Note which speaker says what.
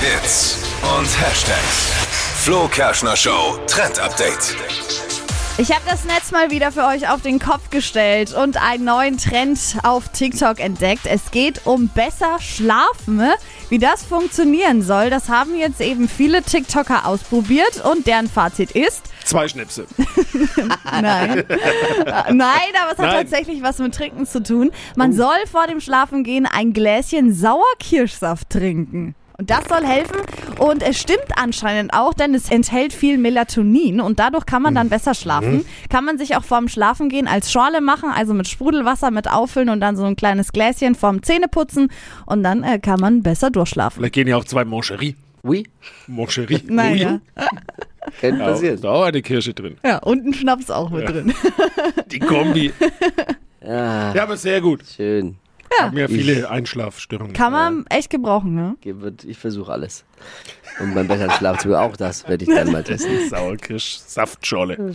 Speaker 1: Hits und Hashtags. Flo Kerschner Show Trend Update.
Speaker 2: Ich habe das Netz mal wieder für euch auf den Kopf gestellt und einen neuen Trend auf TikTok entdeckt. Es geht um besser schlafen. ne? Wie das funktionieren soll, das haben jetzt eben viele TikToker ausprobiert und deren Fazit ist,
Speaker 3: Zwei Schnipsel.
Speaker 2: Nein. Nein, aber es hat
Speaker 3: Nein.
Speaker 2: tatsächlich was mit Trinken zu tun. Man soll vor dem Schlafengehen ein Gläschen Sauerkirschsaft trinken. Und das soll helfen. Und es stimmt anscheinend auch, denn es enthält viel Melatonin und dadurch kann man dann besser schlafen. Kann man sich auch vorm Schlafengehen als Schorle machen, also mit Sprudelwasser mit auffüllen und dann so ein kleines Gläschen vorm Zähneputzen und dann äh, kann man besser durchschlafen.
Speaker 3: Vielleicht gehen ja auch zwei Mancherie.
Speaker 4: Oui,
Speaker 3: Mancherie.
Speaker 2: Naja.
Speaker 4: könnte
Speaker 3: Da,
Speaker 4: passieren.
Speaker 3: da war eine Kirsche drin.
Speaker 2: Ja, und ein Schnaps auch mit drin.
Speaker 3: Die Kombi.
Speaker 4: Ah,
Speaker 3: Ja, aber sehr gut.
Speaker 4: schön.
Speaker 3: Haben ja viele Einschlafstörungen.
Speaker 2: Kann man echt gebrauchen, ne?
Speaker 4: Ge- wird- Ich versuche um
Speaker 3: Äh,
Speaker 4: alles. Und beim besseren Schlafzimmer auch das werde ich dann mal testen.
Speaker 3: Sauerkirsch, Saftschorle.